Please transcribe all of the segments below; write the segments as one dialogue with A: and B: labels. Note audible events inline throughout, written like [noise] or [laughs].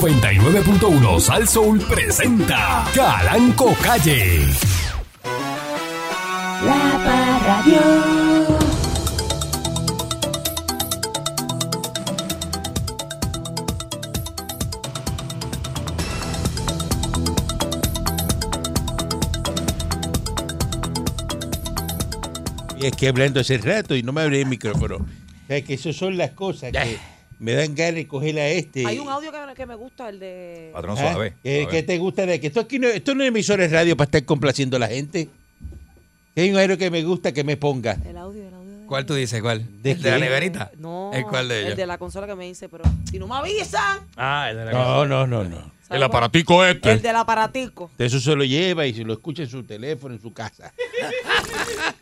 A: 99.1 Sal Soul presenta Calanco Calle.
B: La Parradio.
C: Y es que hablando hace rato y no me abrí el micrófono. O sea, que esas son las cosas que me dan ganas de coger a este.
D: Hay un audio que, que me gusta, el de.
E: Patrón
C: ¿Ah?
E: suave.
C: ¿Qué,
E: suave.
C: qué te gusta de que esto aquí no, esto no es emisora de radio para estar complaciendo a la gente? Hay un aero que me gusta que me ponga.
D: El audio, el audio. de-
E: ¿Cuál tú dices? ¿Cuál?
C: ¿De
E: ¿De, la
C: qué?
E: neverita?
D: No.
E: ¿El cuál de ellos?
D: El de la consola que me dice, pero. Si no me avisan.
E: Ah, el de la
C: No, no, no, no.
D: ¿Sabe
E: El
D: cuál?
E: aparatico este.
D: El del aparatico.
C: Eso se lo lleva y se lo escucha en su teléfono, en su
E: [laughs]
C: casa.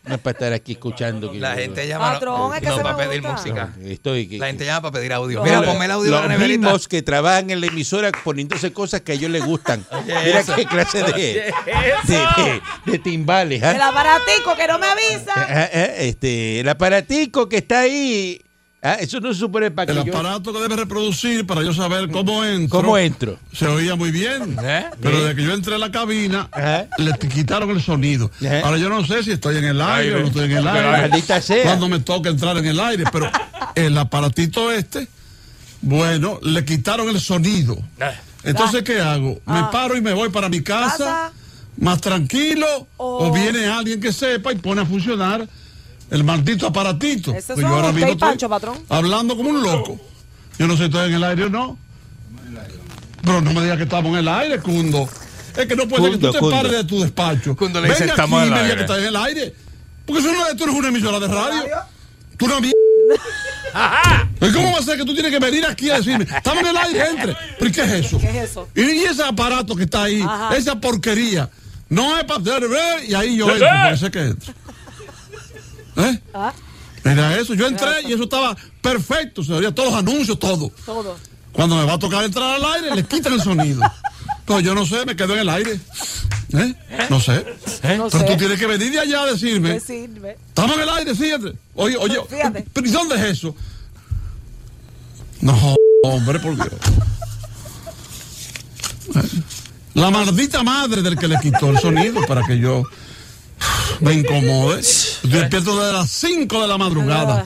C: No es para estar aquí escuchando. que-
E: La gente llama.
D: Patrón,
E: no,
D: es que
E: no,
D: se me
E: para pedir
D: gusta.
E: música.
C: Estoy que-
E: La gente llama para pedir audio.
D: Los-
E: Mira,
D: los-
E: ponme el audio de la
C: Los
E: neverita.
C: mismos que trabajan en la emisora poniéndose cosas que a ellos les
E: [laughs]
C: gustan. Mira qué clase de, de, de- de timbales.
E: ¿Eh?
C: ¿ah?
D: El aparatico que no me avisa.
C: Ah, ah, este, el aparatico que está ahí. Ah, eso no se supone para
F: El
C: que yo-
F: aparato que debe reproducir para yo saber cómo entro.
C: ¿Cómo entro?
F: Se oía muy bien.
E: ¿Eh?
F: Pero desde que yo entré a la cabina,
E: Ah.
C: Ajá.
D: ¿Eh?
F: le t- quitaron el sonido.
C: Ajá.
F: Ahora yo no sé si estoy en el aire o
E: Aire.
F: no estoy en el
C: Pero
F: aire.
C: maldita sea.
F: Cuando me toca entrar en el aire. Pero el aparatito este, bueno, le quitaron el sonido. Entonces, ¿qué hago? ¿Me paro y me voy para mi
D: Ah. Casa.
F: casa? ¿Más tranquilo?
D: O-
F: ¿O viene alguien que sepa y pone a funcionar el maldito aparatito?
D: Esos
F: Pues yo
D: son
F: ahora
D: usted
F: mismo
D: y
F: estoy
D: Pancho, patrón.
F: Hablando como un loco. Yo no sé si estoy en el aire o no. Pero no me digas que estamos en el aire, Cundo. Es que no puede ser que
C: Cundo,
F: tú te
C: Cundo.
F: pares de tu despacho.
E: Cundo le dice,
F: Venga
E: "Estamos
F: aquí y
E: al
F: me digas
E: aire".
F: que estás en el aire. Porque eso no es, tú eres una emisora de radio. Tú no
E: [laughs]
F: mier- ¿Y cómo va a ser que tú tienes que venir aquí a decirme, estamos en el aire, entre? ¿Pero y qué es eso?
D: ¿Qué es eso?
F: Y ese aparato que está ahí,
D: Ajá.
F: esa porquería, no es para y ahí yo entro, parece que entro. ¿Eh?
D: Ah,
F: Era eso, yo entré y eso estaba perfecto, se oía todos los anuncios, todo.
D: todo.
F: Cuando me va a tocar entrar al aire, les quitan el sonido. Pero yo no sé, me quedo en el aire. ¿Eh? No sé.
E: ¿Eh?
D: No
F: Pero
D: sé.
F: tú tienes que venir de allá a decirme,
D: ¿Qué sirve?
F: estamos en el aire, síguete. Oye, oye,
D: Pues Fíjate.
F: ¿pero ¿y dónde es eso? No, hombre, por Dios. ¿Eh? La maldita madre del que le quitó el sonido para que yo me incomode. Yo despierto desde las 5 de la madrugada.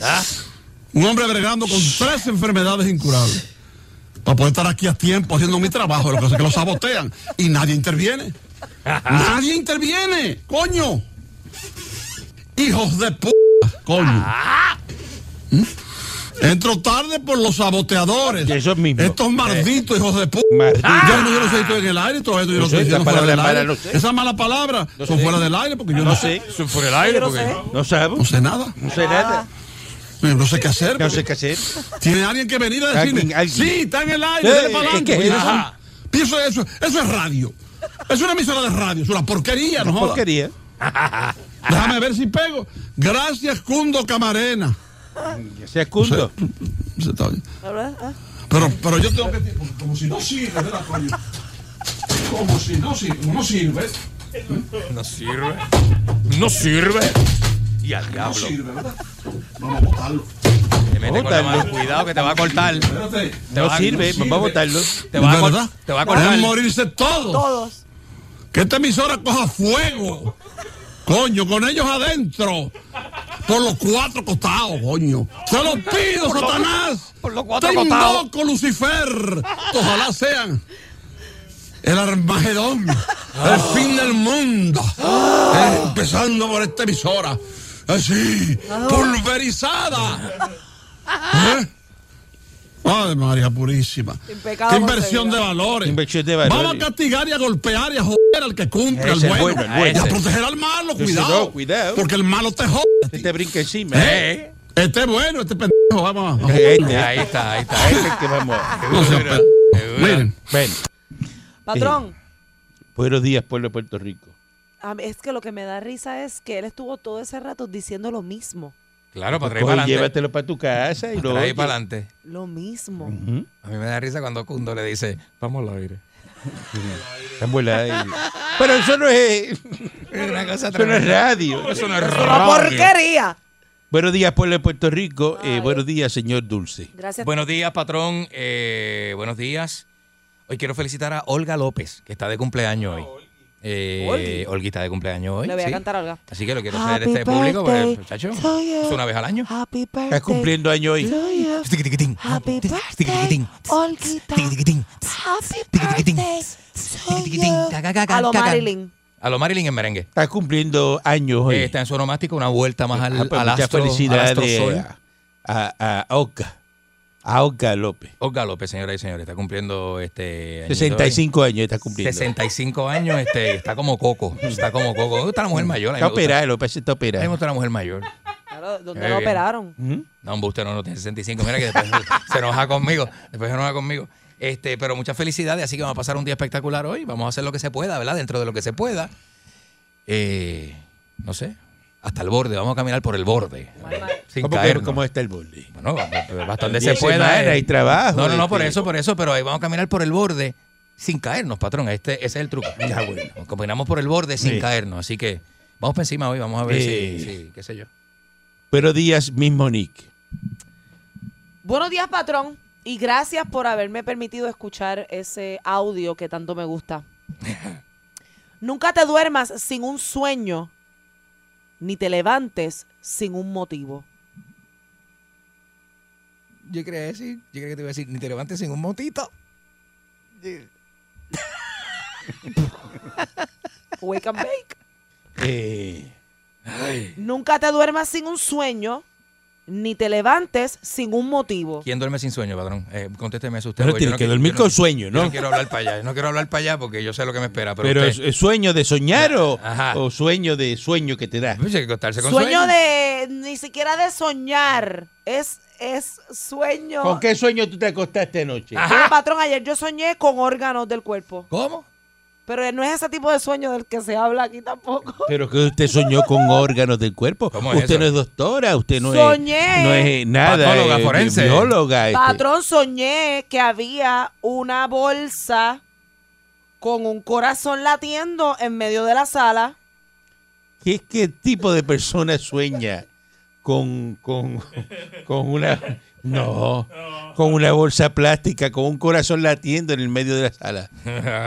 F: Un hombre bregando con tres enfermedades incurables. Para poder estar aquí a tiempo haciendo mi trabajo. Lo que pasa es que lo sabotean. Y nadie interviene. Nadie interviene. Coño. Hijos de p. Coño. ¿Mm? Entro tarde por los saboteadores.
C: De esos mismos.
F: Estos malditos hijos de p.
C: Malditos.
E: Ah.
F: Yo, no, yo no sé si estoy en el aire. Todo esto yo no
C: Ah. No sé,
F: sé si
C: esa
F: no fuera
C: palabra
F: del
C: mala,
F: aire.
C: no sé.
F: Esas malas palabras son
C: sé.
F: fuera del aire porque yo
C: No
F: no
C: sé,
E: Eso fue el aire.
D: Yo no
E: porque- Ah.
D: sé.
C: no sabo,
F: No sé nada.
C: no sé nada,
F: No sé qué hacer.
C: no
F: porque-
C: sé qué hacer.
F: Tiene alguien que venir a decirme,
C: Alguien, alguien.
F: sí, está en el aire,
C: Eh,
F: dale para adelante.
C: ¿qué es eso?
F: Ajá. Pienso eso, eso es radio. Es una emisora de radio, es una porquería, no jodas.
C: Porquería.
F: Déjame ver si pego. Gracias, Cundo Camarena.
C: Ya sea cundo.
F: Se está oyendo.
D: ¿Verdad? Ah,
F: Pero, pero yo tengo que. Como si no sirve, ¿verdad, coño? Como si no sirve. No sirve.
E: No sirve. No sirve. Y al
F: No
E: diablo.
F: sirve, ¿verdad? Vamos a botarlo.
E: Te mete con la
C: Bótalo.
E: mano. Cuidado que te va a cortar.
F: Espérate.
E: Te
C: No
E: va-
C: sirve,
E: no
C: vamos a botarlo.
E: Te va a, cor-
F: ¿Verdad?
E: te va a cortar.
F: Deben morirse todos.
D: Todos.
F: Que esta emisora coja fuego. Coño, con ellos adentro. Por los cuatro costados, coño. Se los pido, Satanás.
E: por los cuatro
F: Te
E: costados.
F: invoco, Lucifer. Ojalá sean el Armagedón. El fin del mundo. Eh, empezando por esta emisora. Así, pulverizada.
E: Ah.
F: ¿Eh? Madre María Purísima.
D: Sin pecado
F: Qué inversión
D: concebida.
F: de valores.
C: Inversión de valores.
F: Vamos a castigar y a golpear y a joder al que cumple, al
C: Ese
F: bueno.
C: bueno, el
F: Y
C: bueno.
F: a proteger al malo,
C: Ese
F: cuidado.
C: no, cuidado.
F: Porque el malo te jode. a ti.
C: Este te brinca encima.
F: ¿Eh? Este es bueno, este pendejo, vamos. a-
C: Este,
E: Ahí está, ahí está.
C: este es el que vamos. a-
F: No sean
E: Seguro,
F: pendejos.
C: Eh,
E: seguro.
F: Miren,
C: Bueno,
D: Patrón.
C: buenos días, pueblo de Puerto Rico.
D: a mí- es que lo que me da risa es que él estuvo todo ese rato diciendo lo mismo.
E: Claro, para traer para
C: Coge,
E: adelante.
C: llévatelo para tu casa y
E: Para
C: lo
E: traer para
C: oyes.
E: adelante.
D: Lo mismo.
E: A mí me da risa cuando Cundo le dice, vamos al aire.
C: Está volada y- Pero eso no es,
E: Es una cosa
C: eso no es
E: tremenda.
C: radio.
E: Eso no es
D: ¡Una
E: radio.
D: porquería!
C: Buenos días, pueblo de Puerto Rico. Eh, buenos días, señor Dulce.
D: Gracias.
E: Buenos días, patrón. Eh, buenos días Hoy quiero felicitar a Olga López, que está de cumpleaños hoy. Eh,
D: Olgui.
E: Olgui está de cumpleaños hoy.
D: Ah, Le voy a
E: sí.
D: cantar a Olga.
E: Así que lo quiero hacer
D: Happy
E: este público, pues,
D: birthday
E: muchacho.
D: to you.
E: Es una vez al año.
D: Happy birthday.
C: Estás cumpliendo año hoy.
E: Tiquitín.
D: Happy birthday,
E: Tiquitín.
D: Olguita.
E: Tiquitín.
D: Happy
E: Tiquitín.
D: birthday
E: Tiquitín. Ca, ca, ca, ca,
D: A lo
E: ca, ca.
D: Marilyn.
E: A lo Marilyn en merengue.
C: Estás cumpliendo años hoy.
E: Eh, está en su onomástica una vuelta más al,
C: Ah, pues
E: al
C: muchas
E: astro, al astro
C: felicidades
E: sol.
C: a, a, a Oca. A Oca López.
E: Olga López, señoras y señores, está cumpliendo este... añito
C: 65 años está
E: hoy.
C: cumpliendo.
E: 65 años, este, está como coco, está como coco. Me gusta la mujer mayor. a mí
C: Está
E: me gusta-
C: operado, López está
E: a mí me
C: operado.
E: gusta la mujer mayor.
D: Claro, ¿Dónde
E: Muy
D: lo
E: bien.
D: operaron?
E: No, hombre, usted no, no tiene 65. Mira que
C: [laughs]
E: después se enoja conmigo. Después se enoja conmigo. Este, pero muchas felicidades. Así que vamos a pasar un día espectacular hoy. Vamos a hacer lo que se pueda, ¿verdad? Dentro de lo que se pueda. Eh, no sé. Hasta el borde. Vamos a caminar por el borde. Sin
C: ¿Cómo, que-
E: caernos.
C: cómo está el borde?
E: Bueno, hasta donde
C: Día
E: se
C: de
E: pueda.
C: semana,
E: eh.
C: hay trabajo,
E: No, no, no,
C: este.
E: por eso, por eso, pero ahí vamos a caminar por el borde sin caernos, patrón. Este, ese es el truco.
C: Ya, bueno.
E: Caminamos por el borde sin
C: Sí.
E: caernos. Así que vamos por encima hoy, vamos a ver
C: Eh.
E: si, si- qué sé yo.
C: Pero días mismo, Nick.
D: Buenos días, patrón. Y gracias por haberme permitido escuchar ese audio que tanto me gusta. Nunca te duermas sin un sueño, ni te levantes sin un motivo.
E: Yo quería decir, yo quería que te iba a decir, ni te levantes sin un motito.
D: Wake and bake.
C: Eh,
D: [laughs] Nunca te duermas sin un sueño, ni te levantes sin un motivo.
E: ¿Quién duerme sin sueño, padrón? Eh, contésteme eso usted.
C: pero
E: porque yo
C: tiene
E: no
C: que
E: qui-
C: dormir
E: yo
C: con
E: no-
C: sueño,
E: Yo
C: ¿no?
E: no quiero hablar para allá, yo no quiero hablar para allá porque yo sé lo que me espera, pero,
C: Pero es,
E: usted,
C: es sueño de soñar o,
E: Ajá.
C: o sueño de sueño que te da.
E: Pues hay que acostarse con sueño.
D: Sueño de ni siquiera de soñar. Es, es sueño.
C: ¿Con qué sueño tú te acostaste anoche?
E: Ah.
D: Mira, patrón, ayer yo soñé con órganos del cuerpo.
E: ¿Cómo?
D: Pero no es ese tipo de sueño del que se habla aquí tampoco.
C: Pero que usted soñó con órganos del cuerpo.
E: ¿Cómo es
C: usted
E: eso?
C: no es doctora, usted no
D: Soñé.
C: es no es nada,
E: Patóloga
C: eh,
E: forense.
C: bióloga, este.
D: Patrón, soñé que había una bolsa con un corazón latiendo en medio de la sala.
C: ¿Qué, qué tipo de persona sueña con, con, con una no, con una bolsa plástica, con un corazón latiendo en el medio de la sala?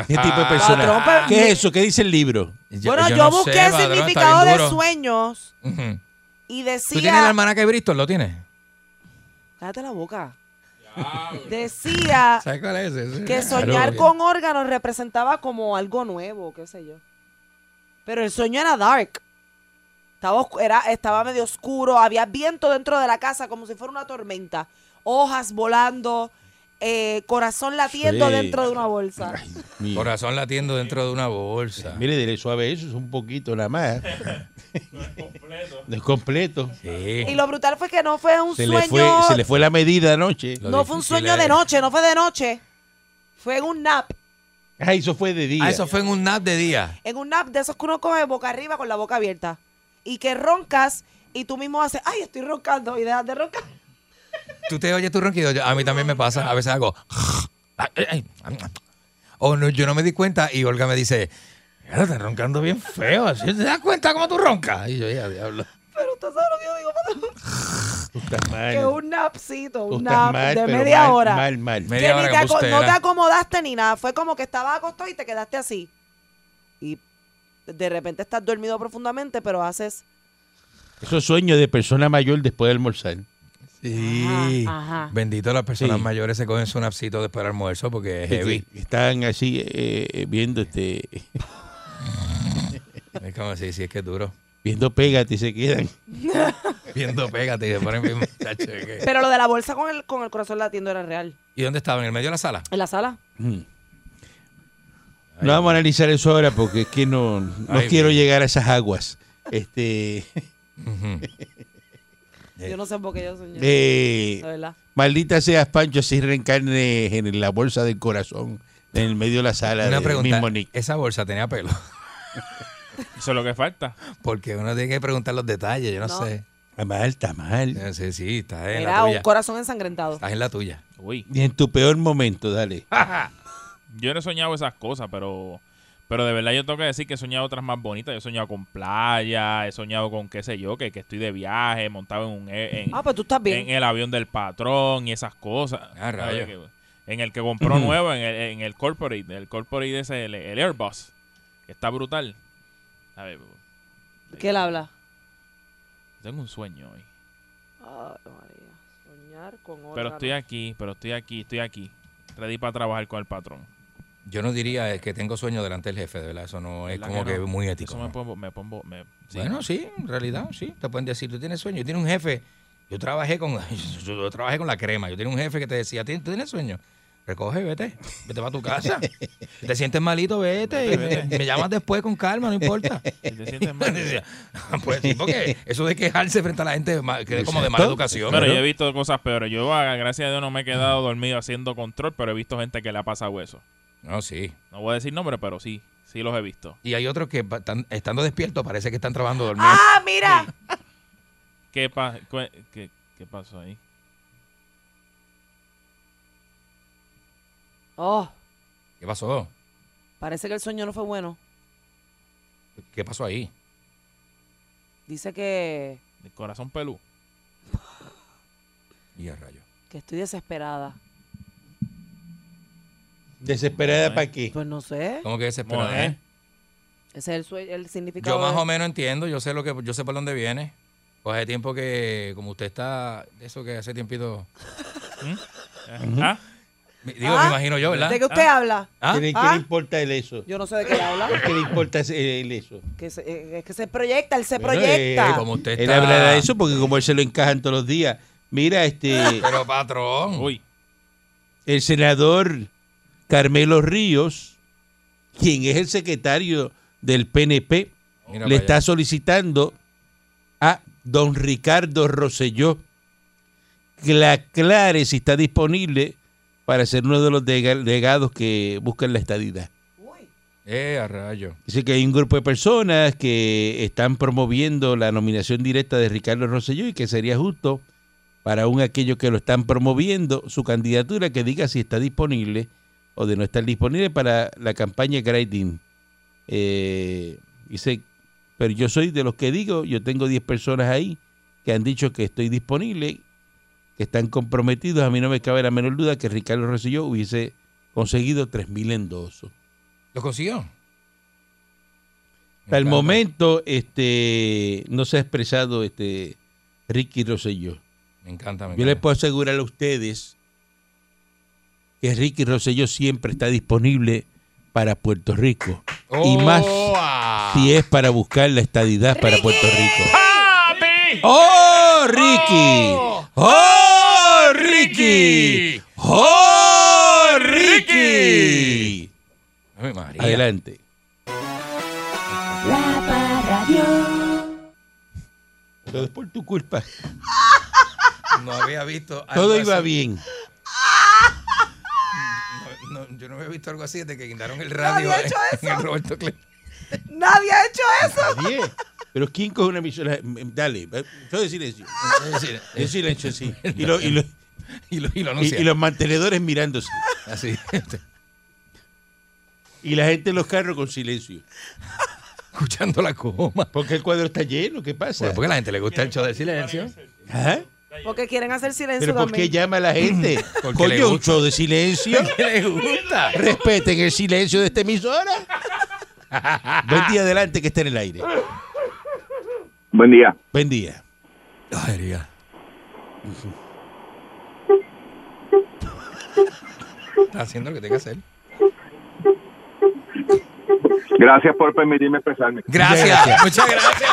C: ¿Qué tipo de
D: Ah.
C: persona?
D: Patrón, pero-
C: ¿Qué es eso? ¿Qué dice el libro?
D: bueno, yo,
E: no sé,
D: busqué el
E: padrón, está bien
D: significado de
E: duro.
D: sueños
E: Ujú.
D: y
E: ¿Tú tienes el
D: decía.
E: almanaque de Bristol? ¿Lo tienes?
D: Cállate la boca. Decía
E: ¿Sabes cuál es ese?
D: que soñar con órganos representaba como algo nuevo, qué sé yo. Pero el sueño era dark. Estaba, oscu- era, estaba medio oscuro, había viento dentro de la casa como si fuera una tormenta. Hojas volando, eh, corazón latiendo
C: Sí.
D: dentro de una bolsa.
C: Mira,
E: Corazón latiendo dentro de una bolsa.
C: Mire, dele suave eso, es un poquito
D: [laughs]
C: nada más. No es completo.
E: Sí.
D: Y lo brutal fue que no fue un
C: Se
D: sueño.
C: le, fue, se le fue la medida anoche.
E: Lo
D: no fue un
E: difícil
D: sueño de
E: es-
D: noche, no fue de noche. Fue en un nap.
C: Ah, eso fue de día.
E: Ah, eso fue en un nap de día.
D: En un nap de esos que uno come boca arriba con la boca abierta. Y que roncas y tú mismo haces, ay, estoy roncando y dejas de roncar.
E: ¿Tú te oyes tu ronquido? Yo- A mí también me pasa. A veces hago... O no, yo no me di cuenta y Olga me dice... "Mira, Estás roncando bien feo. ¿sí? ¿Te das cuenta cómo tú roncas? Y yo, ya, diablo.
D: Pero usted sabe lo que yo digo, patrón.
C: Tú estás mal.
D: Que un napcito,
C: Tú
D: un
C: estás
D: nap
C: mal,
D: de
C: pero
D: media
C: mal,
D: hora.
C: Mal, mal.
D: Que
E: Media
D: ni
E: hora
D: te aco- no te
E: embustera.
D: acomodaste ni nada. Fue como que estabas acostado y te quedaste así. Y de repente estás dormido profundamente, pero haces.
C: Eso es sueño de persona mayor después de almorzar.
E: Sí.
D: Ajá, ajá.
E: Bendito las personas
C: Sí.
E: mayores se cogen su napsito después del almuerzo porque es heavy.
C: Este, Están así eh, viendo este [laughs]
E: Es como si sí, es que es duro.
C: viendo pégate y se quedan.
E: Viendo, pégate y se ponen bien muchachos, que-
D: Pero lo de la bolsa con el, con el corazón latiendo era real.
E: ¿Y dónde estaba? ¿En el medio de la sala?
D: En la sala.
C: Mm. No vamos a analizar eso ahora porque es que no, no
E: Ay,
C: quiero
E: mira.
C: llegar a esas aguas.
E: [laughs]
C: Este
E: Ujú.
D: Yo no sé por qué yo soñé.
C: eh,
D: La verdad.
C: maldita seas Pancho si reencarnes en la bolsa del corazón en el medio de la sala
E: Una
C: del
E: pregunta.
C: mismo Nick.
E: Esa bolsa tenía pelo. [laughs]
B: Eso es lo que falta.
E: Porque uno tiene que preguntar los detalles, yo no,
D: No.
E: sé.
C: Está mal, está mal.
E: No sé, sí, estás en
D: Era
E: la
D: un
E: tuya.
D: corazón ensangrentado.
E: Estás en la tuya.
B: Uy.
C: Y en tu peor momento, dale.
E: Ah.
B: Yo no he soñado esas cosas, pero pero de verdad yo tengo que decir que he soñado otras más bonitas. Yo he soñado con playa, he soñado con qué sé yo, que, que estoy de viaje, montado en un e- en,
D: Ah, pues tú estás Ah, pues, bien.
B: en el avión del patrón y esas cosas.
E: Ah, rayos.
B: que- en el que compró nuevo, en el, en el corporate, el corporate ese, el, el Airbus, que está brutal. A ver,
D: ¿Qué él habla?
B: tengo un sueño hoy.
D: Ay, María. Soñar con otra.
B: Pero estoy aquí, pero estoy aquí, estoy aquí. Ready para trabajar con el patrón.
E: Yo no diría eh, que tengo sueño delante del jefe, de verdad. Eso no es
B: ¿Verdad
E: como que,
B: no?
E: muy ético.
B: Eso
E: ¿no?
B: me pongo, me pongo, me- sí.
E: Bueno, sí, en realidad, sí. Te pueden decir, tú tienes sueño. Yo tenía un jefe, yo trabajé con [laughs] yo, yo trabajé con la crema. Yo tenía un jefe que te decía, "Tien- ¿tú tienes sueño? Recoge, vete. Vete para
B: [laughs]
E: tu casa. Si te sientes malito, vete. y
B: Vete,
E: me, me llamas después con calma, no
B: [laughs]
E: importa. [laughs]
B: Si te sientes mal.
E: Decía, pues sí, porque eso de quejarse frente a la gente ma- que es como de mala educación.
B: Pero yo he visto cosas peores. Yo, a- gracias a Dios, no me he quedado dormido haciendo control, pero he visto gente que le ha pasado eso.
E: No, sí.
B: No voy a decir nombres, pero sí, sí los he visto.
E: Y hay otros que pa- están- estando despiertos parece que están trabajando dormidos.
D: ¡Ah, mira!
B: ¿Qué, pa- cu- qué, qué pasó ahí?
D: Oh,
E: ¿Qué pasó?
D: parece que el sueño no fue bueno.
E: ¿Qué pasó ahí?
D: Dice que,
B: El corazón pelú.
E: Y a rayo.
D: que estoy desesperada.
E: Ah.
C: Desesperada para aquí.
D: Pues no sé.
E: ¿Cómo que desesperado,
B: Bueno, ¿eh?
E: eh?
D: Ese es el, sue- el significado.
E: Yo más
D: de-
E: o menos entiendo, yo sé lo que yo sé por dónde viene. Pues hace tiempo que como usted está eso que hace tiempito
B: ¿Ah?
E: me- digo,
D: Ah,
E: me imagino yo, ¿verdad?
D: ¿De qué usted habla?
E: ¿Ah?
C: ¿Qué, le, qué
D: ¿Ah?
C: le importa el eso?
D: Yo no sé de qué él habla.
C: ¿Qué le importa ese- el eso?
D: Que se, eh, es que se proyecta, él se
C: Bueno,
D: proyecta.
C: eh,
E: como usted
C: él
E: está-
C: hablará de eso porque como él se lo encajan todos los días. Mira, este,
E: Pero patrón,
B: Uy,
C: el senador Carmelo Ríos, quien es el secretario del PNP,
E: Mira
C: le
E: para allá.
C: está solicitando a don Ricardo Rosselló que le aclare si está disponible para ser uno de los dega- delegados que buscan la estadidad.
E: eh, a rayo.
C: Dice que hay un grupo de personas que están promoviendo la nominación directa de Ricardo Rosselló y que sería justo para aún aquellos que lo están promoviendo su candidatura que diga si está disponible o de no estar disponible para la campaña Grading. Eh, dice, pero yo soy de los que digo, yo tengo 10 personas ahí que han dicho que estoy disponible, que están comprometidos. A mí no me cabe la menor duda que Ricardo Rosselló hubiese conseguido 3.000 endosos.
E: ¿Lo consiguió?
C: Hasta el
E: Me encanta.
C: momento, este, no se ha expresado este Ricky Rosselló.
E: Me encanta, me
C: Yo les
E: encanta.
C: puedo asegurar a ustedes que Ricky Rosselló siempre está disponible para Puerto Rico. Y
E: Oh,
C: más
E: ah.
C: si es para buscar la estadidad para Puerto Rico.
B: ¡Papi!
C: ¡Oh, Ricky! ¡Oh, Ricky! ¡Oh, Ricky!
E: Ay, María.
C: Adelante.
G: La Parradio.
C: Todo es por tu culpa.
E: No había visto algo
C: Todo iba
E: así.
C: bien.
E: No, no, yo no había visto algo así desde que quitaron el radio
D: había hecho
E: en, el Roberto Clemente.
D: Nadie ha hecho eso.
C: Nadie. Pero ¿quién coge una emisora? eh, Dale, todo de silencio.
E: [laughs] Es decir,
C: De silencio, sí. Y, lo- y lo- y-
E: y lo, y lo anuncia.
C: y los mantenedores mirándose.
E: Así. [laughs] este,
C: Y la gente en los carros con silencio.
E: Escuchando la coma.
C: Porque el cuadro está lleno, ¿qué pasa?
E: Bueno, porque a la gente le gusta el show del silencio.
C: Ajá.
D: Porque quieren hacer silencio
C: ¿Pero por qué
D: también.
C: llama a la gente?
E: [clears throat] Porque le
C: Coño, un
E: gusta.
C: show de silencio.
E: ¿Qué le gusta?
C: Respeten el silencio de esta emisora. Buen día adelante que esté en el aire.
H: Buen día.
C: Buen día.
E: Ay, diga. Está haciendo lo que tenga que hacer.
H: Gracias por permitirme expresarme.
E: Gracias, muchas gracias.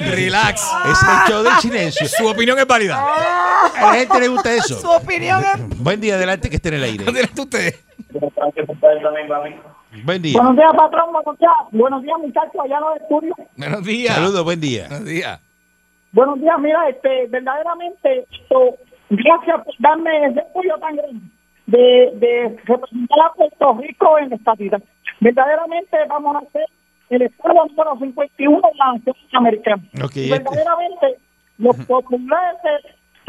E: Relax.
C: Es el show del silencio.
E: Su opinión es válida.
C: A la gente le gusta
D: Su
C: eso.
D: opinión
C: [laughs]
D: es...
C: Buen día adelante que esté en el aire.
E: ¿Dónde están ustedes?
C: Buen día.
I: Buenos días, patrón. Buenos días, buenos días muchachos, allá en los estudios.
E: Buenos días.
C: Saludos, buen día.
E: Buenos días.
I: Buenos días, mira, este, verdaderamente, esto, gracias por darme ese apoyo tan grande de, de representar a Puerto Rico en esta vida. Verdaderamente vamos a hacer el estado número 51 de la Nación Americana.
C: Ok,
I: Y
C: este-
I: verdaderamente, los populares se,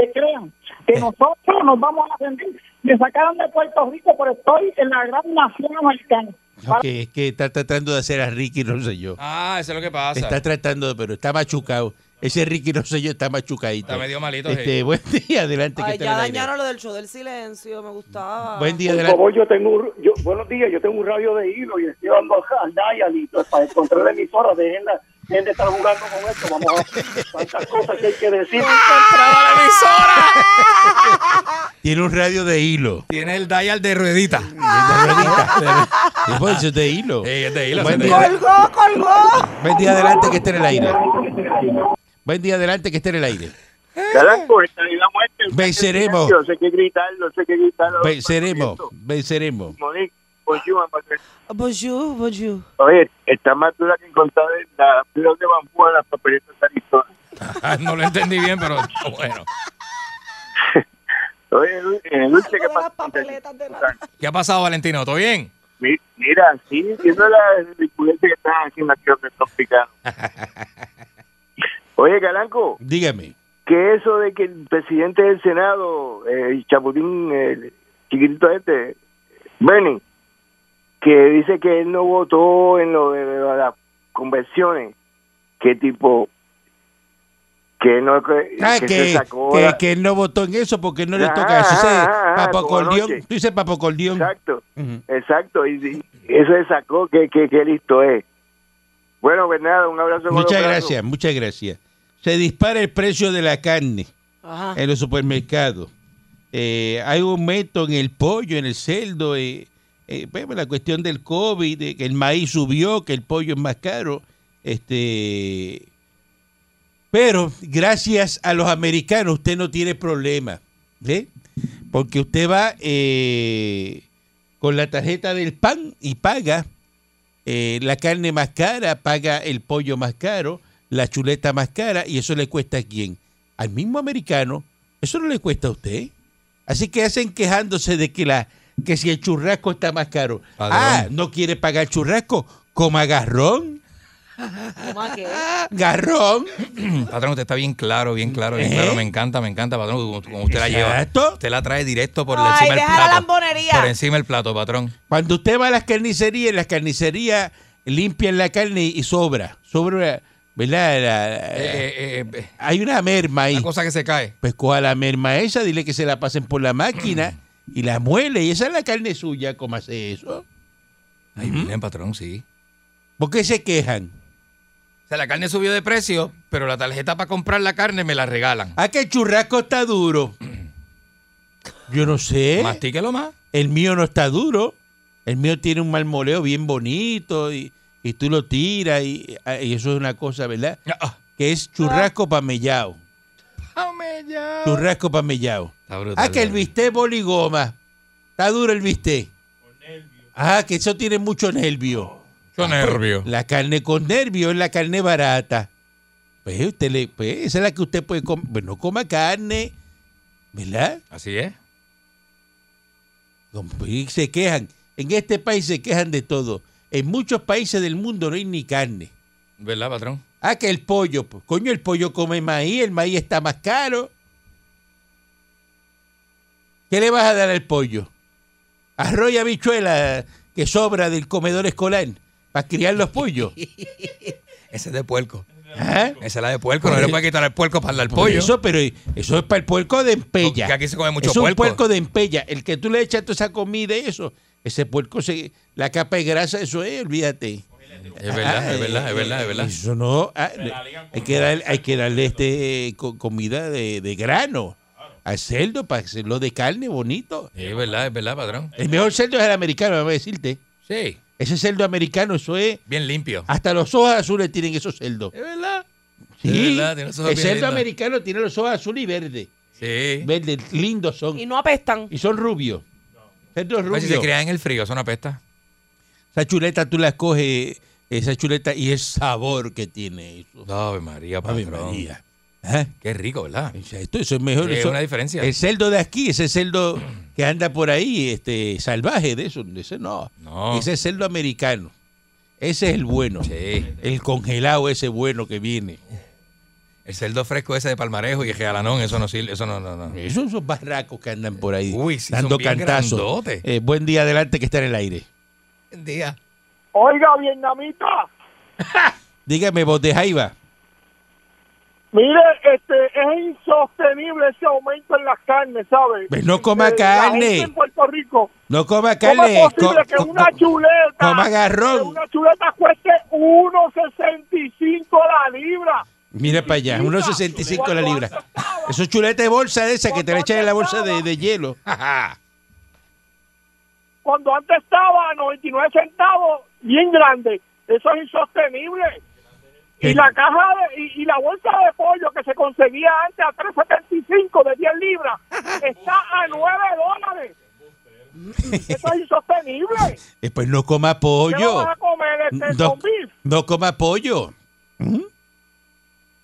I: se crean que
C: Eh.
I: nosotros nos vamos a defender. Me sacaron de Puerto Rico, pero estoy en la gran nación americana.
C: Ok, es que está tratando de hacer a Ricky Rosselló.
E: Ah, eso es lo que pasa.
C: Está tratando, de- pero está machucado. Ese Ricky Rosselló está machucadito.
E: Está medio malito,
C: Este,
E: sí.
C: Buen día, adelante. que
D: Ay,
C: está
D: ya
C: en el aire.
D: dañaron lo del show del silencio, me gustaba.
C: Buen día,
I: Por
C: adelante.
I: favor, yo tengo un, yo, buenos días, yo tengo un radio de hilo y estoy dando al dial y pues, para encontrar la emisora, déjenla, dejen de estar jugando con esto, vamos a ver cuántas cosas que hay que
H: [laughs]
I: decir.
E: ¡Entraba la emisora!
C: Tiene un radio de hilo.
E: Tiene el dial de ruedita.
H: [laughs]
C: Y por eso es de hilo.
E: Ey, es de hilo,
C: Buen
E: es de
C: día.
E: hilo.
D: ¡Colgó, colgó!
C: Buen día, adelante, que esté en el aire. Buen día, adelante, que esté en el aire.
H: Caranco, está en la muerte.
C: Venceremos.
H: No sé qué gritarlo, sé qué gritarlo.
C: Venceremos, venceremos.
H: Monique, bonjour, mademoiselle.
D: Bonjour, bonjour.
H: Oye, está más dura que encontrar la flor de bambú a las papeletas de Arizona.
E: Ah, [laughs] No lo entendí bien, pero bueno.
H: Oye, Lu- eh, Luche, ¿qué
D: Lo de las
H: pasa?
D: papeletas de la-
E: ¿Qué ha pasado, Valentino? ¿Todo bien?
H: Mi- Mira, sí, viendo la ridiculez que están haciendo aquí donde están picando. Oye, Caranco,
C: Dígame.
H: que eso de que el presidente del Senado, eh, Chaputín, el chiquitito este, Bernie, que dice que él no votó en lo de, las convenciones, que tipo, que no, que,
C: Ah,
H: que
C: que,
H: se sacó
C: que,
H: la-
C: que él no votó en eso porque no le
H: Ah,
C: toca eso. Ese
H: ah, ah,
C: Papo
H: como
C: Cordión.
H: anoche.
C: Tú dices Papo Cordión.
H: Exacto,
C: Ujú.
H: exacto, y, y eso se sacó, que, que, que listo es. Bueno, Bernardo, un abrazo. con los
C: Muchas
H: brazos.
C: gracias, muchas gracias. Se dispara el precio de la carne
D: Ajá.
C: en los supermercados. Eh, hay un aumento en el pollo, en el cerdo. eh, eh, pues, la cuestión del COVID, de que el maíz subió, que el pollo es más caro. Este, pero gracias a los americanos usted no tiene problema. ¿eh? ¿ve? Porque usted va eh, con la tarjeta del pan y paga eh, la carne más cara, paga el pollo más caro, la chuleta más cara, y eso le cuesta a quién? Al mismo americano, eso no le cuesta a usted. Así que hacen quejándose de que la que si el churrasco está más caro.
E: Padrón.
C: Ah, no quiere pagar churrasco, coma garrón,
D: ¿Cómo a qué?
C: garrón.
E: Patrón, usted está bien claro, bien claro, bien
C: ¿Eh?
E: claro. Me encanta, me encanta, patrón. Como como usted la lleva.
C: Exacto.
E: Usted la trae directo por
D: Ay,
E: encima del
D: deja la
E: plato.
D: lambonería.
E: Por encima del plato, patrón.
C: Cuando usted va a las carnicerías, en las carnicerías limpian la carne y sobra, sobra, ¿verdad? La-
E: Eh, eh, eh, eh,
C: hay una merma ahí.
E: la cosa que se cae.
C: Pues coja la merma esa, dile que se la pasen por la máquina y la muele. Y esa es la carne suya, ¿cómo hace eso?
E: Ay, miren, patrón, sí.
C: ¿Por qué se quejan?
E: O sea, la carne subió de precio, pero la tarjeta para comprar la carne me la regalan.
C: Ah, que el churrasco está duro. Yo no
E: ¿Eh?
C: sé.
E: Mastíquelo más.
C: El mío no está duro. El mío tiene un marmoleo bien bonito y, y tú lo tiras y, y eso es una cosa, ¿verdad?
E: Ah,
C: Que es churrasco pamellao.
E: ah, me ya.
C: Churrasco pamellao.
E: Está brutal, eh.
C: Ah, que el
E: ¿verdad?
C: bistec boligoma. Está duro el bistec. Ah, que eso tiene mucho nervio.
E: Yo nervio.
C: La carne con nervios es la carne barata. Pues, usted le, pues, esa es la que usted puede comer. Pues no coma carne, ¿verdad?
E: Así es.
C: Como- pues, y se quejan. En este país se quejan de todo. En muchos países del mundo no hay ni carne.
E: ¿Verdad, patrón?
C: Ah, que el pollo. pues, coño, el pollo come maíz, el maíz está más caro. ¿Qué le vas a dar al pollo? Arroz y habichuela que sobra del comedor escolar para criar los
E: [laughs]
C: pollos.
E: Ese es de puerco.
C: ¿Ah?
E: Esa es la de puerco. No le puede quitar el puerco para el
C: Por
E: pollo.
C: Eso, pero eso es para el puerco de empella.
E: Porque aquí se come mucho
C: es un
E: puerco.
C: puerco. de empella. El que tú le echas toda esa comida y eso, ese puerco, se, la capa de grasa, eso es, olvídate.
E: Es verdad, es verdad, es verdad, es verdad.
C: Eh, Eso no, ah, hay, que darle, hay que darle este co- comida de, de grano al cerdo para hacerlo de carne bonito.
E: Sí, es verdad, es verdad, patrón.
C: El mejor cerdo es el americano, vamos a decirte.
E: Sí,
C: Ese cerdo americano, eso es,
E: bien limpio.
C: hasta los ojos azules tienen esos cerdos.
E: Es verdad.
C: Sí,
E: Es verdad, tiene los ojos
C: el
E: bien
C: cerdo
E: lindos.
C: americano tiene los ojos azul y verde.
E: Sí.
C: Verde, lindos son.
D: Y no apestan.
C: Y son rubios. Cerdos
E: Pues si se
C: rubios.
E: crea en el frío, eso es una pesta.
C: Esa chuleta tú la coges, esa chuleta y el sabor que tiene eso.
E: Ave María,
C: Ave
E: patrón.
C: María. ¿Ah?
E: Qué rico, ¿verdad?
C: O sea, Esto, eso es mejor.
E: Sí,
C: eso-
E: es una diferencia.
C: El cerdo de aquí, ese cerdo que anda por ahí, este salvaje de eso, ese no.
E: No.
C: Ese es cerdo americano. Ese es el bueno.
E: Sí.
C: El congelado ese bueno que viene.
E: El cerdo fresco ese de palmarejo y el galanón, eso no sirve, eso no, no, no.
C: Esos son barracos que andan por ahí
E: Uy, sí, son
C: dando
E: bien
C: cantazos.
E: grandotes.
C: Eh, buen día adelante que está en el aire.
E: Buen día.
I: Oiga, vietnamita,
C: Dígame vos de Jaiba.
I: Mire, este, es insostenible ese aumento en las carnes, ¿sabes?
C: Pues no coma
I: Eh, la gente
C: carne.
I: en Puerto Rico.
C: No coma
I: ¿Cómo
C: carne.
I: es posible
C: co-
I: que
C: co-
I: una
C: co-
I: chuleta,
C: coma garrón.
I: que una chuleta cueste 1.65 la libra?
C: Mira para allá, 1.65 la libra. Eso es chuleta de bolsa esa que te la echan en la bolsa de, de hielo.
I: Cuando antes estaba a 99 centavos, bien grande. Eso es insostenible. Y
C: ¿Qué?
I: la caja de- y, y la bolsa de pollo que se conseguía antes a 3.75 de 10 libras está a 9 dólares. Eso es insostenible.
C: Eh, Pues no coma
I: ¿Qué
C: pollo.
I: vas a comer este
C: No,
I: con beef?
C: no coma pollo.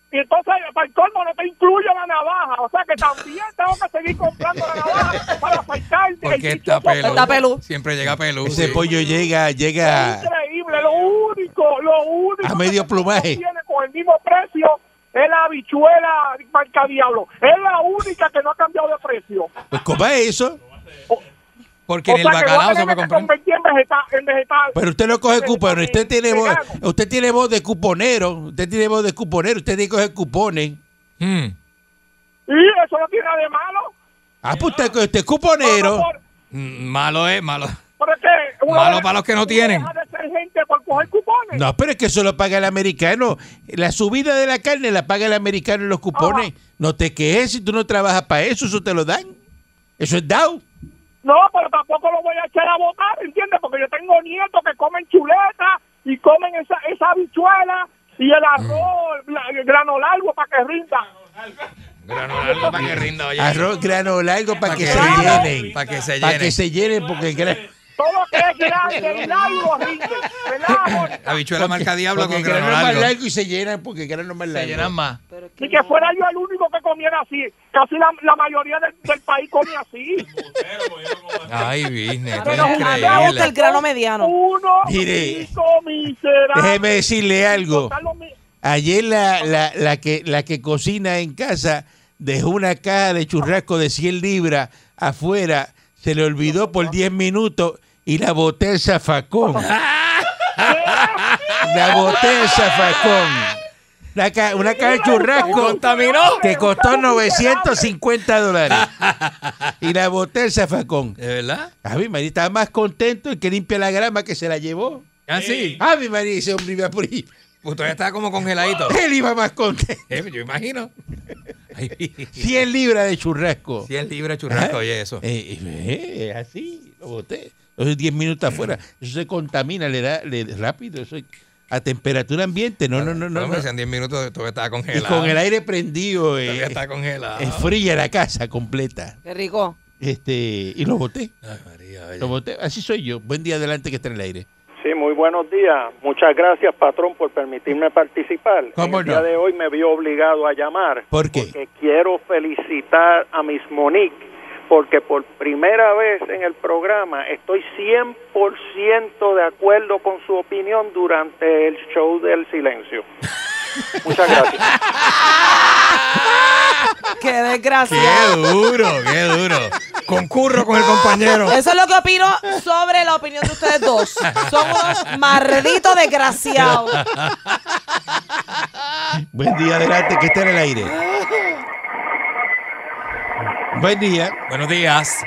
I: Y entonces, para el colmo, no te incluye la navaja. O sea que también tengo que seguir comprando la navaja para afeitarte.
E: Porque
I: El
E: está
I: bicho
E: pelo.
D: Está pelú.
E: Siempre llega pelo.
C: Ese
E: sí.
C: pollo llega,
I: Es
C: llega.
I: increíble, lo único, lo único.
C: A medio
I: que
C: plumaje.
I: Tiene con el mismo precio es la habichuela marca Diablo. Es la única que no ha cambiado de precio.
C: Pues coma eso.
E: Porque
I: o
E: en el
I: sea que voy a
E: bacalao se
I: tener
E: me
I: que
E: comprar.
I: convertir en vegetal. En vegetal.
C: Pero usted no coge
I: Vegetal
C: cupones. Usted tiene voz,
I: vegano.
C: usted tiene voz de cuponero. Usted tiene voz de cuponero. Usted tiene que coger cupones.
E: Mm.
I: Y eso no tiene nada de malo.
C: Ah, pues usted, usted es cuponero.
I: Por-
E: Mm, Malo es, malo.
I: por- porque uno
E: Malo
I: deja-
E: para los que no
I: uno
E: tienen.
I: deja de ser gente por coger cupones.
C: No, pero es que eso lo paga el americano. La subida de la carne la paga el americano en los cupones. No te quejes si tú no trabajas para eso, eso te lo dan. Eso es DAO.
I: No, pero tampoco lo voy a echar a votar, ¿entiendes? Porque yo tengo nietos que comen chuleta y comen esa, esa habichuela y el arroz, la- el grano largo para que rinda.
E: Grano largo para que rinda, oye.
C: Arroz grano largo para que, se
E: rinda,
C: llenen.
E: Para que se
C: Para que
E: llene.
C: se llenen, porque el gra-
I: Todo lo que es grande y largo rinde. ¿Verdad, Mónica?
E: Habichuela marca diablo
C: porque
E: con
C: el grano
E: grano
C: es más
E: largo.
C: largo y se llenan porque el grano es más
E: Se
C: largo.
E: llenan más.
D: Pero es que
I: Ni que
D: no.
I: fuera yo el único que comiera así. Casi la, la mayoría del, del país come así.
E: Ay, business. esto es
D: Pero a mí me gusta el
E: increíble.
D: grano mediano.
I: Uno,
C: Mire,
I: cinco miserable.
C: Déjeme decirle algo.
I: Están los mi-
C: Ayer la, la, la que, la que cocina en casa dejó una caja de churrasco de 100 libras afuera, se le olvidó por 10 minutos y la boté el zafacón. La boté el zafacón. La ca- una caja de churrasco que costó 950 dólares. Y la boté el zafacón.
E: ¿De verdad?
C: Javi María estaba más contento el que limpia la grama que se la llevó.
E: Ah, sí.
C: Javi María, ese hombre iba por ahí.
E: Pues todavía está como congeladito.
C: Él iba más contento.
E: Eh, yo imagino. Ay,
C: 100 libras de churrasco.
E: 100 libras de churrasco, oye, eso.
C: Eh, eh, es así, lo boté. Entonces 10 minutos afuera. Eso se contamina, le da le, rápido. Eso, a temperatura ambiente. No, no, no, no.
E: Hombre,
C: no.
E: si en 10 minutos todavía estaba
C: Y
E: congelado.
C: con el aire prendido, eh,
E: Todavía está congelado.
C: eh, fría la casa completa.
D: Qué rico.
C: Este, y lo boté.
E: Ay, María, oye.
C: Lo boté. Así soy yo. Buen día adelante que está en el aire.
J: Sí, muy buenos días. Muchas gracias, patrón, por permitirme participar.
C: ¿Cómo
J: En el
C: no?
J: día de hoy me vio obligado a llamar.
C: ¿Por qué?
J: Porque quiero felicitar a Miss Monique, porque por primera vez en el programa estoy 100% de acuerdo con su opinión durante el show del
C: [laughs]
J: silencio. Muchas gracias.
D: Qué
E: Qué
D: desgraciado.
E: duro, qué duro. Concurro con el compañero.
D: Eso es lo que opino sobre la opinión de ustedes dos. Son unos malditos desgraciados.
C: Buen día adelante que está en el aire. Buen día.
E: Buenos días.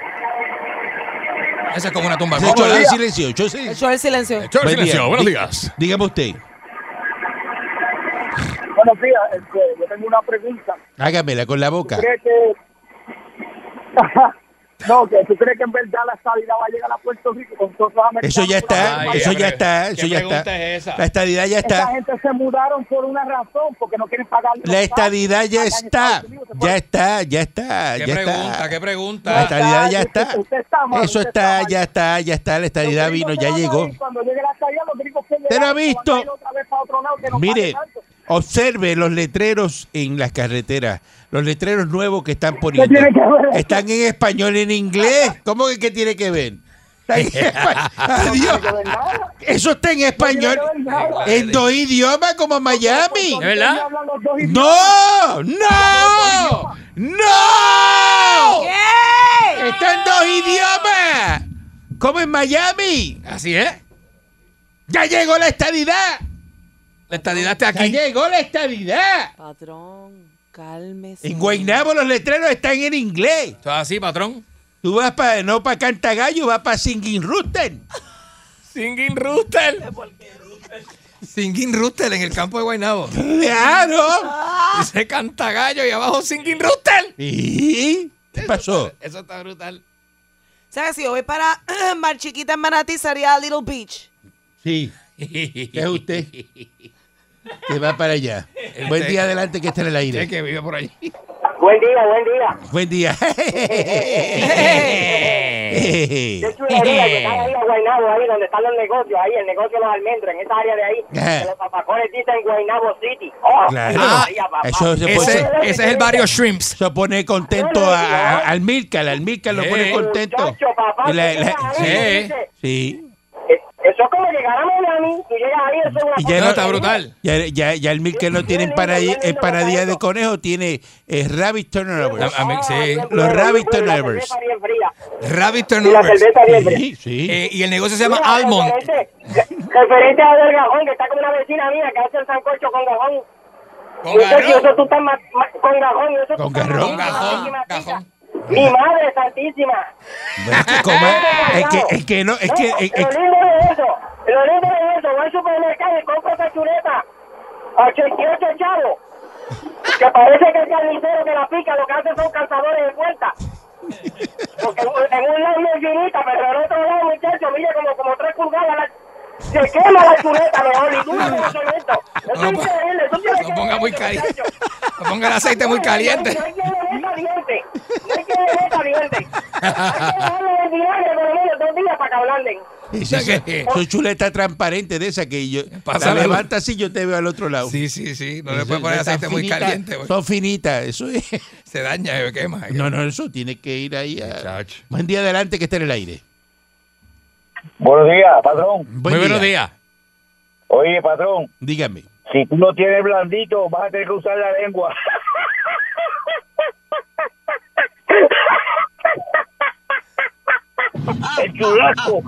E: Esa es como una tumba.
C: Se
E: Vamos
C: echó
E: a
C: el
E: la-
C: silencio. echó el silencio.
D: Eso es el silencio.
E: Echó el
C: Buen
E: silencio.
C: día.
E: Buenos
C: Di-
E: días.
C: Dígame usted.
I: Buenos días, este, yo tengo una pregunta.
C: Hágamela con la boca.
I: crees que [laughs] no que tú crees que en verdad la estabilidad va a llegar a Puerto Rico con todos los americanos
C: Eso ya está,
E: Ay,
C: eso
E: qué
C: ya
E: pre-
C: está, eso
E: qué
C: ya
E: pregunta
C: está.
E: es esa?
C: La estadidad ya
I: esta
C: está.
I: gente se mudaron por una razón porque no quieren pagar los
C: La estadidad ya
I: taxes. Acá en
C: está.
I: Estados Unidos se
C: Ya
I: puede-
C: está, ya está,
E: ¿Qué
C: ya
E: pregunta?
C: está.
E: ¿Qué
C: La
E: pregunta?
C: estadidad ya
I: Usted-
C: está.
I: usted está mal,
C: Eso
I: usted está
C: está,
I: mal.
C: ya está, ya está. La
I: Los
C: estadidad
I: gringos
C: vino,
I: se
C: ya
I: van a
C: llegó.
I: ir, cuando llegue la estadidad, los gringos se
C: ¿Usted no
I: llegaron, se
C: ha
I: van a ir
C: visto?
I: otra vez para otro lado que no
C: Mire,
I: pague tanto.
C: observe los letreros en las carreteras, los letreros nuevos que están poniendo.
I: tiene que ver?
C: Están en español,
I: [laughs]
C: en inglés. ¿Cómo que qué tiene que ver? Están en espa- Adiós.
I: De verdad,
C: Eso está en español,
I: que ver nada.
C: en dos idiomas como Miami.
E: ¿De verdad?
I: hablan los dos
H: Mm.
I: idiomas.
C: ¡No! ¡No! ¡No!
D: ¡Ey!
C: ¡Está en dos idiomas! ¡Como en Miami!
E: Así es.
C: ¡Ya llegó la estadidad!
E: La estadidad está
C: ¡Ya
E: aquí.
C: llegó la estadidad!
D: Patrón. Cálmese.
C: En Guaynabo los letreros están en inglés.
E: ¿Eso es así, patrón?
C: Tú vas para, no para Cantagallo, vas para Singing Rooster.
E: Singing Rooster. Singing Rooster en el campo de Guaynabo.
C: ¡Claro!
E: Dice Cantagallo y abajo Singing Rooster.
C: ¿Y? ¿Qué pasó?
E: Eso está brutal.
D: ¿Sabes? Si yo voy para [clears throat] Mar Chiquita en Manatí, sería Little Beach.
C: Sí, es usted que va para allá. Buen día adelante que está en el
E: Es
C: aire.
E: que vive por allí.
H: Buen día, buen día.
C: Buen [laughs] día. Eh. [laughs]
H: De chulería, que están ahí a Guaynabo, ahí donde están los negocios, ahí el negocio de los almendros, en esa área de ahí.
C: Ajá.
H: Que los zapacones dicen Guaynabo City. Oh,
C: Claro.
E: Ah,
H: María, papá.
C: Eso se puede
E: Ese, ese es el barrio Shrimps.
C: Eso pone contento a, a- al Mirka, al Mirka lo pone
E: Sí.
C: contento.
H: Muchacho, papá,
C: Y la-
H: tú
C: la-
H: llegas
C: sí,
H: ahí,
E: sí.
C: sí.
H: Eh, Eso es como llegar a Miami, tú llegas ahí, eso es una
C: Y
H: cosa
C: ya
E: No,
C: no-
E: está brutal.
C: Ya, ya, ya el Mirka no tiene para, eh, paradilla de conejo, tiene eh, rabbit turnover.
E: La- a mí- sí.
C: Los rabbit
H: Y la
C: turnovers.
H: cerveza bien fría.
E: Rabbit
H: Y la
E: Turnovers.
H: cerveza bien fría.
C: Sí, sí.
E: Eh, y el negocio se llama
H: Mira,
E: Almond.
H: referente- Referente a Delgajón, que está con una vecina mía que hace el sancocho con gajón.
E: Con
H: Yo sé que
E: garrón.
H: eso
E: [laughs]
H: tú estás ma- ma- con gajón. Eso tú
C: Con
H: estás
C: garrón.
E: Con
H: matando,
E: gajón.
H: matando.
E: Gajón.
H: Mi madre santísima.
C: No, es que comer- es que, es que no, es que,
E: eh,
C: es-
H: lo
C: es-
H: lindo de eso, lo lindo de eso, voy al supermercado y compro esa chuleta a 88 chavos. Que parece que el carnicero que la pica lo que hace son calzadores de puerta. Porque en un- en un lado es finita, pero en el otro lado, muchachos, mire como, como tres pulgadas. la- se quema la chuleta, mejor, y tú no lo cemento. Eso
E: No,
H: es
E: no,
H: increíble. tú tienes
E: no
H: que
E: ponga
H: ver
E: muy
H: eso,
E: caliente.
H: muchacho.
E: No ponga el aceite muy caliente.
H: No hay que beber caliente. No hay que beber caliente. Hay que dejarle el vinagre por lo menos dos días para que hablarle.
C: es- es- es-
E: que-
C: soy chuleta transparente de esa que yo
E: Pásala.
C: la levanta así yo te veo al otro lado.
E: Sí, sí, sí. No
C: Eso-
E: le puedes poner
C: esas
E: aceite muy
C: finitas,
E: caliente. porque
C: Son finitas, eso es. [laughs]
E: Se daña, se quema.
C: No, no, eso tiene que ir ahí. A...
E: Chacho.
C: Buen día adelante que está en el aire.
H: Buenos días, patrón.
C: Buen
E: Muy buenos días.
H: Oye, patrón,
C: Dígame.
H: si tú no tienes blandito, vas a tener que usar la lengua. El churrasco.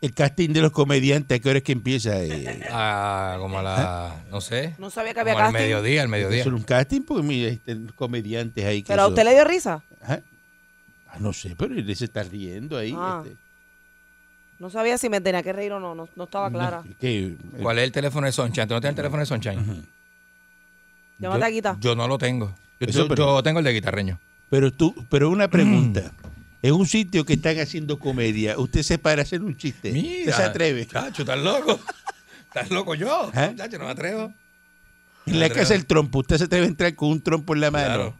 C: El casting de los comediantes, ¿a qué hora es que empieza? eh?
E: Ah, como a la. No sé.
D: No sabía que había
E: como al
D: casting.
E: mediodía, al mediodía.
C: ¿Es un casting? Porque mira, este, los comediantes ahí. que
D: ¿Pero a
C: eso-
D: usted le dio risa?
C: Ajá. Ah, no sé, pero él se está riendo ahí.
D: Ah,
C: este.
D: No sabía si me tenía que reír o no. No, no estaba clara.
C: Que- eh,
E: ¿Cuál es el teléfono de Sunshine? ¿Tú no tienes el teléfono de Sunshine?
D: Llámate a Guita.
E: Yo no lo tengo. Yo,
C: Eso,
E: yo-
C: pero-
E: yo tengo el de guitarreño.
C: Pero tú, pero una pregunta. En un sitio que están haciendo comedia, usted se para a hacer un chiste.
E: Mira,
C: Usted se atreve.
E: Chacho, estás loco. [laughs] Estás loco yo.
C: ¿Eh?
E: Chacho, no me atrevo.
C: En la
E: Andrea.
C: casa del trompo, usted se atreve a entrar con un trompo en la mano.
E: Claro.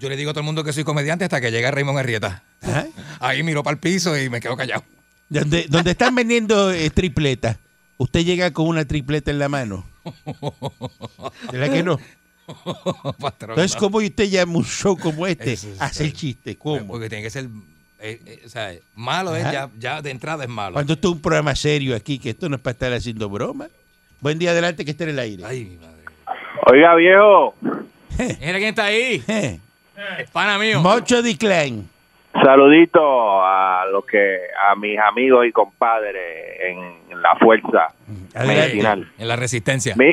E: Yo le digo a todo el mundo que soy comediante hasta que llega Raymond Arrieta.
C: Ajá.
E: Ahí miro para el piso y me quedo callado. [laughs]
C: Donde, donde están vendiendo eh, tripletas, usted llega con una tripleta en la mano. ¿Verdad que no?
E: Patrón,
C: Entonces,
E: no.
C: ¿cómo usted llama un show como este?
E: Eso es-
C: Hace el chiste, ¿cómo? ¿Eh?
E: Porque tiene que ser. eh, eh, o sea, malo es,
C: Ajá.
E: ya, ya de entrada es malo.
C: Cuando esto es un programa serio aquí, que esto no es para estar haciendo broma. Buen día adelante que esté en el aire.
E: Ay, mi madre.
H: Oiga, viejo,
E: Mira quién está ahí.
C: Eh,
E: Pana mío.
C: Mocho Decline.
H: saludito a los que a mis amigos y compadres en, en la fuerza
C: Adelante.
H: medicinal.
E: En la resistencia.
H: Mi-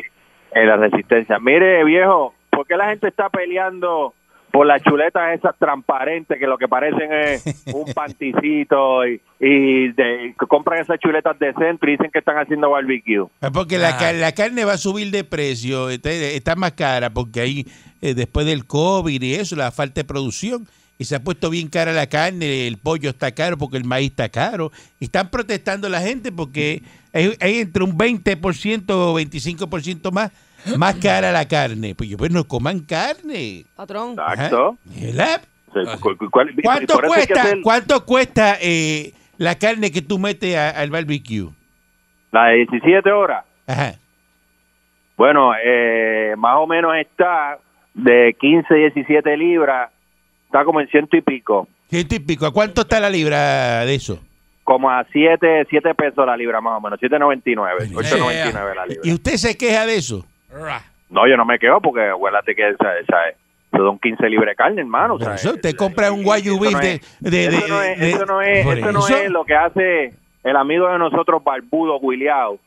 H: en la resistencia. Mire, viejo, ¿por qué la gente está peleando por las chuletas esas transparentes que lo que parecen es un panticito y, y de- compran esas chuletas de centro y dicen que están haciendo barbecue?
C: Ah, Porque la,
E: Ah.
C: ca- la carne va a subir de precio, está, está más cara, porque ahí eh, después del COVID y eso, la falta de producción, y se ha puesto bien cara la carne, el pollo está caro porque el maíz está caro, y están protestando la gente porque hay, hay entre un 20% o 25% más, más cara la carne. Pues yo, pues no coman carne.
D: Patrón.
H: Ah,
C: Ajá.
H: Exacto.
C: ¿Verdad?
H: ¿Cu- cu- cuál-
C: ¿Cuánto
H: por eso hay que
C: cuesta,
H: hacer
C: ¿cuánto cuesta eh, la carne que tú metes a- al barbecue?
H: La de 17 horas.
C: Ajá.
H: Bueno, eh, más o menos está de 15, 17 libras, está como en ciento y pico,
C: Ciento y pico. ¿A cuánto está la libra de eso?
H: como a 7, 7 pesos la libra más o menos, 7.99,
C: Mira.
H: 8.99 la libra.
C: ¿Y usted se queja de eso?
E: Ra.
H: No, yo no me quedo porque acuérdate que esa, esa,
K: Eso son 15 libres de carne, hermano. o
C: Pero
K: sea,
C: eso, usted
K: eh,
C: compra un guayubí
K: eso no
C: de,
K: es-
C: de, de-
K: Eso no es,
C: de-
K: eso no es,
C: por
K: eso no
C: eso.
K: es lo que hace el amigo de nosotros, Barbudo Guileao,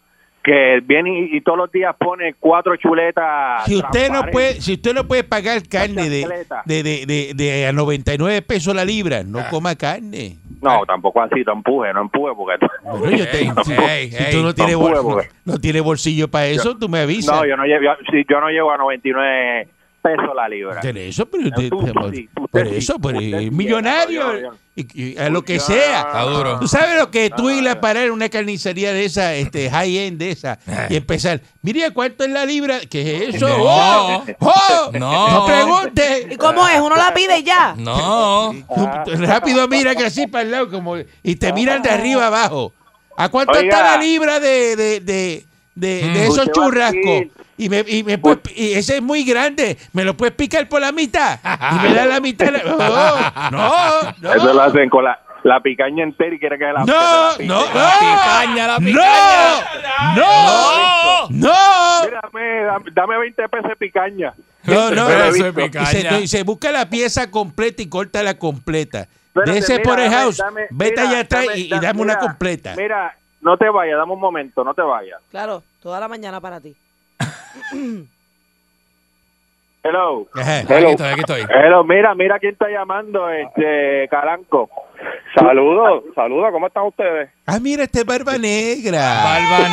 K: que viene y, y todos los días pone cuatro chuletas.
C: Si usted no
K: transparentes.
C: puede, si usted no puede pagar carne de,
K: chancleta.
C: de, de, de- de a 99 pesos la libra, no
E: Ah.
C: coma carne.
K: No, tampoco así, no empuje, no empuje, porque. [laughs]
C: Pero yo te-
E: Ey,
C: si,
E: ey,
C: si
E: ey,
C: tú no tienes,
K: tampoco,
C: bol-
K: porque-
C: no, tienes bolsillo para eso, tú me avisas.
K: No, yo no llevo, yo- si yo no llego a 99 pesos la libra.
C: Por eso, pero
K: Tú
C: usted-
K: sí,
C: por,
K: usted
C: por
K: sí,
C: eso, por-
K: usted sí,
C: millonario,
K: no, yo no.
C: y- y a lo que
K: Ya,
C: sea.
E: Está duro.
C: Tú sabes lo que tú
K: Ah,
C: ir
K: ya.
C: a parar en una carnicería de esa, este, high end de esa, y empezar, mire cuánto es la libra, ¿qué es eso?
E: Eh. No.
C: ¡Oh! ¡Oh!
E: No.
C: ¡No pregunte!
D: ¿Y cómo es? Uno la pide y ya.
E: No.
C: Tú-
K: Ah.
C: tú rápido mira que así para el lado como, y te miran de arriba abajo. ¿A cuánto
K: Oiga.
C: está la libra de, de, de, de- de
E: Mm.
C: esos
K: Usted va
C: churrascos?
K: aquí. Pues
C: Y, me, y, me puedes- y ese es muy grande. ¿Me lo puedes picar por la mitad? [laughs] Y me da la
K: [laughs]
C: mitad. la- Oh, no, no.
K: Eso lo hacen con la, la picaña entera y quiere que la.
C: No,
K: que la
C: no, no.
K: pique.
E: picaña, la picaña.
C: No, no, no.
K: Mira, dame, dame- dame 20 pesos de picaña.
C: No, no,
K: Pero
E: eso es
K: visto.
C: Y se,
E: picaña.
C: y se busca la pieza completa y corta la completa. de
K: Espérate,
C: ese
K: mira,
C: por el
K: dame-
C: house,
K: dame-
C: vete
K: mira,
C: allá atrás y, y
K: da-
C: dame una
K: mira,
C: completa.
K: Mira, no te vayas, dame un momento, no te vayas.
D: Claro, toda la mañana para ti.
K: Hello.
C: Ajá.
E: Aquí estoy, aquí estoy.
K: Hello, mira, mira quién está llamando, este Caranco.
H: Saludos, saludos, ¿cómo están ustedes?
C: Ah, mira, este es Barba Negra.
E: Barba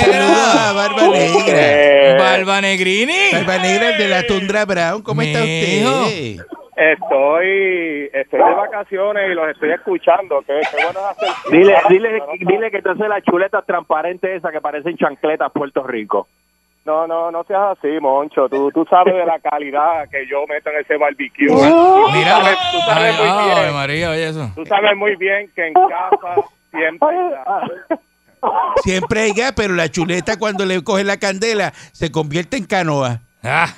C: Saludos a Ah,
E: negra. Uh.
C: Barba Negra.
H: Eh,
E: Barba negrini.
C: Barba Negra, el de la Tundra Brown. ¿Cómo está
E: Mijo.
C: usted?
H: estoy, estoy de vacaciones y los estoy escuchando. Qué, qué bueno es hacer-
K: Dile, dile, dile que tú haces las chuletas transparentes esas que parecen chancletas Puerto Rico.
H: No, no, no seas así, Moncho. Tú, tú sabes de la calidad que yo meto en ese barbecue.
E: Mira,
H: Tú sabes- tú sabes muy
E: ay,
H: bien.
E: ay, María, oye eso.
H: Tú sabes muy bien que en casa siempre está.
C: Siempre hay gas, pero la chuleta cuando le coge la candela se convierte en canoa.
E: Ah.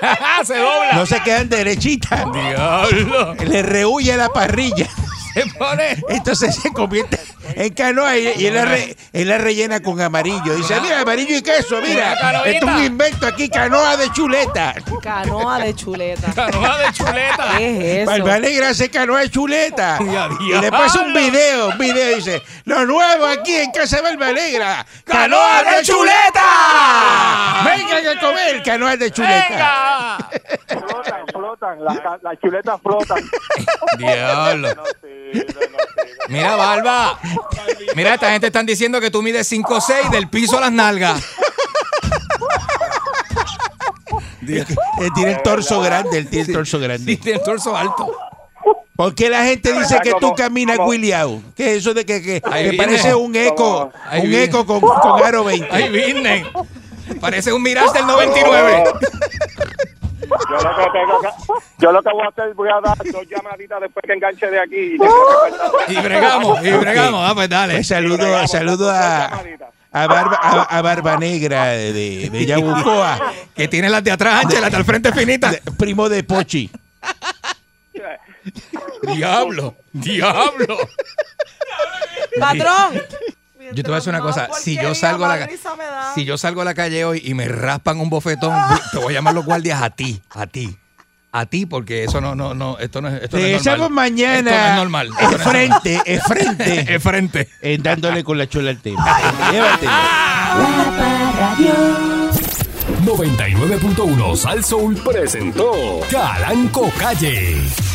E: [laughs] Se dobla.
C: No se quedan derechitas.
E: Diablo.
C: Le rehuye la parrilla.
E: Se pone.
C: Entonces se convierte en canoa y, y él, la re- él la rellena con amarillo. Dice, mira, amarillo y queso, mira. Esto es un invento aquí, canoa de chuleta.
D: Canoa de chuleta.
E: [laughs] Canoa de chuleta.
D: ¿Qué es eso?
C: Barba Negra hace canoa de chuleta.
E: [laughs] Ya,
C: Y le pasa un
E: diablo.
C: video, un video dice, lo nuevo aquí en Casa de Barba Negra,
E: ¡Canoa
C: canoa
E: de
C: de chuleta. Vengan a comer canoa de chuleta.
E: Venga.
K: Flotan, flotan, las las chuletas flotan.
E: Diablo. Mira, Barba. Mira, esta gente están diciendo que tú mides 5'6 del piso a las nalgas.
C: Él eh, tiene el torso grande, él tiene el torso
E: Sí,
C: grande.
E: tiene el torso alto.
C: ¿Por qué la gente dice que tú
H: como-
C: caminas
H: como-
C: William? ¿Qué es eso de que, que,
E: Ahí
C: que
E: viene.
C: parece un eco,
H: Como-
E: ahí
C: un
E: viene.
C: eco con, con aro 20?
E: Ay, Virne. Parece un Mirage del 99.
H: Yo lo que tengo que, yo lo que voy a hacer, voy a dar dos llamaditas después que enganche de aquí. y te voy a recordar.
E: Y bregamos, y bregamos. Ah, pues dale.
C: Pues saludo,
H: Bregamos,
C: saludo
H: dos
C: a,
H: llamaditas.
C: a, barba, a, a Barba Negra de, de, de Yabucoa,
E: [laughs] Que tiene las de atrás anchas, las del frente finitas. [laughs]
C: de- primo de Pochi.
E: Diablo, diablo.
D: Patrón.
E: Yo te voy a decir una cosa, si yo salgo a la Si yo salgo a la calle hoy y me raspan un bofetón, te voy a llamar los guardias a ti, a ti. A ti porque eso no no no, esto no es esto no es
C: Regresamos
E: normal.
C: Eh, mañana.
E: Esto no es normal. esto no es normal.
C: Enfrente, enfrente.
E: [laughs] Eh, frente.
C: eh, dándole con la chula al tema. Llévatelo.
G: La Radio.
A: 99.1 Sal Soul presentó Calanco Calle.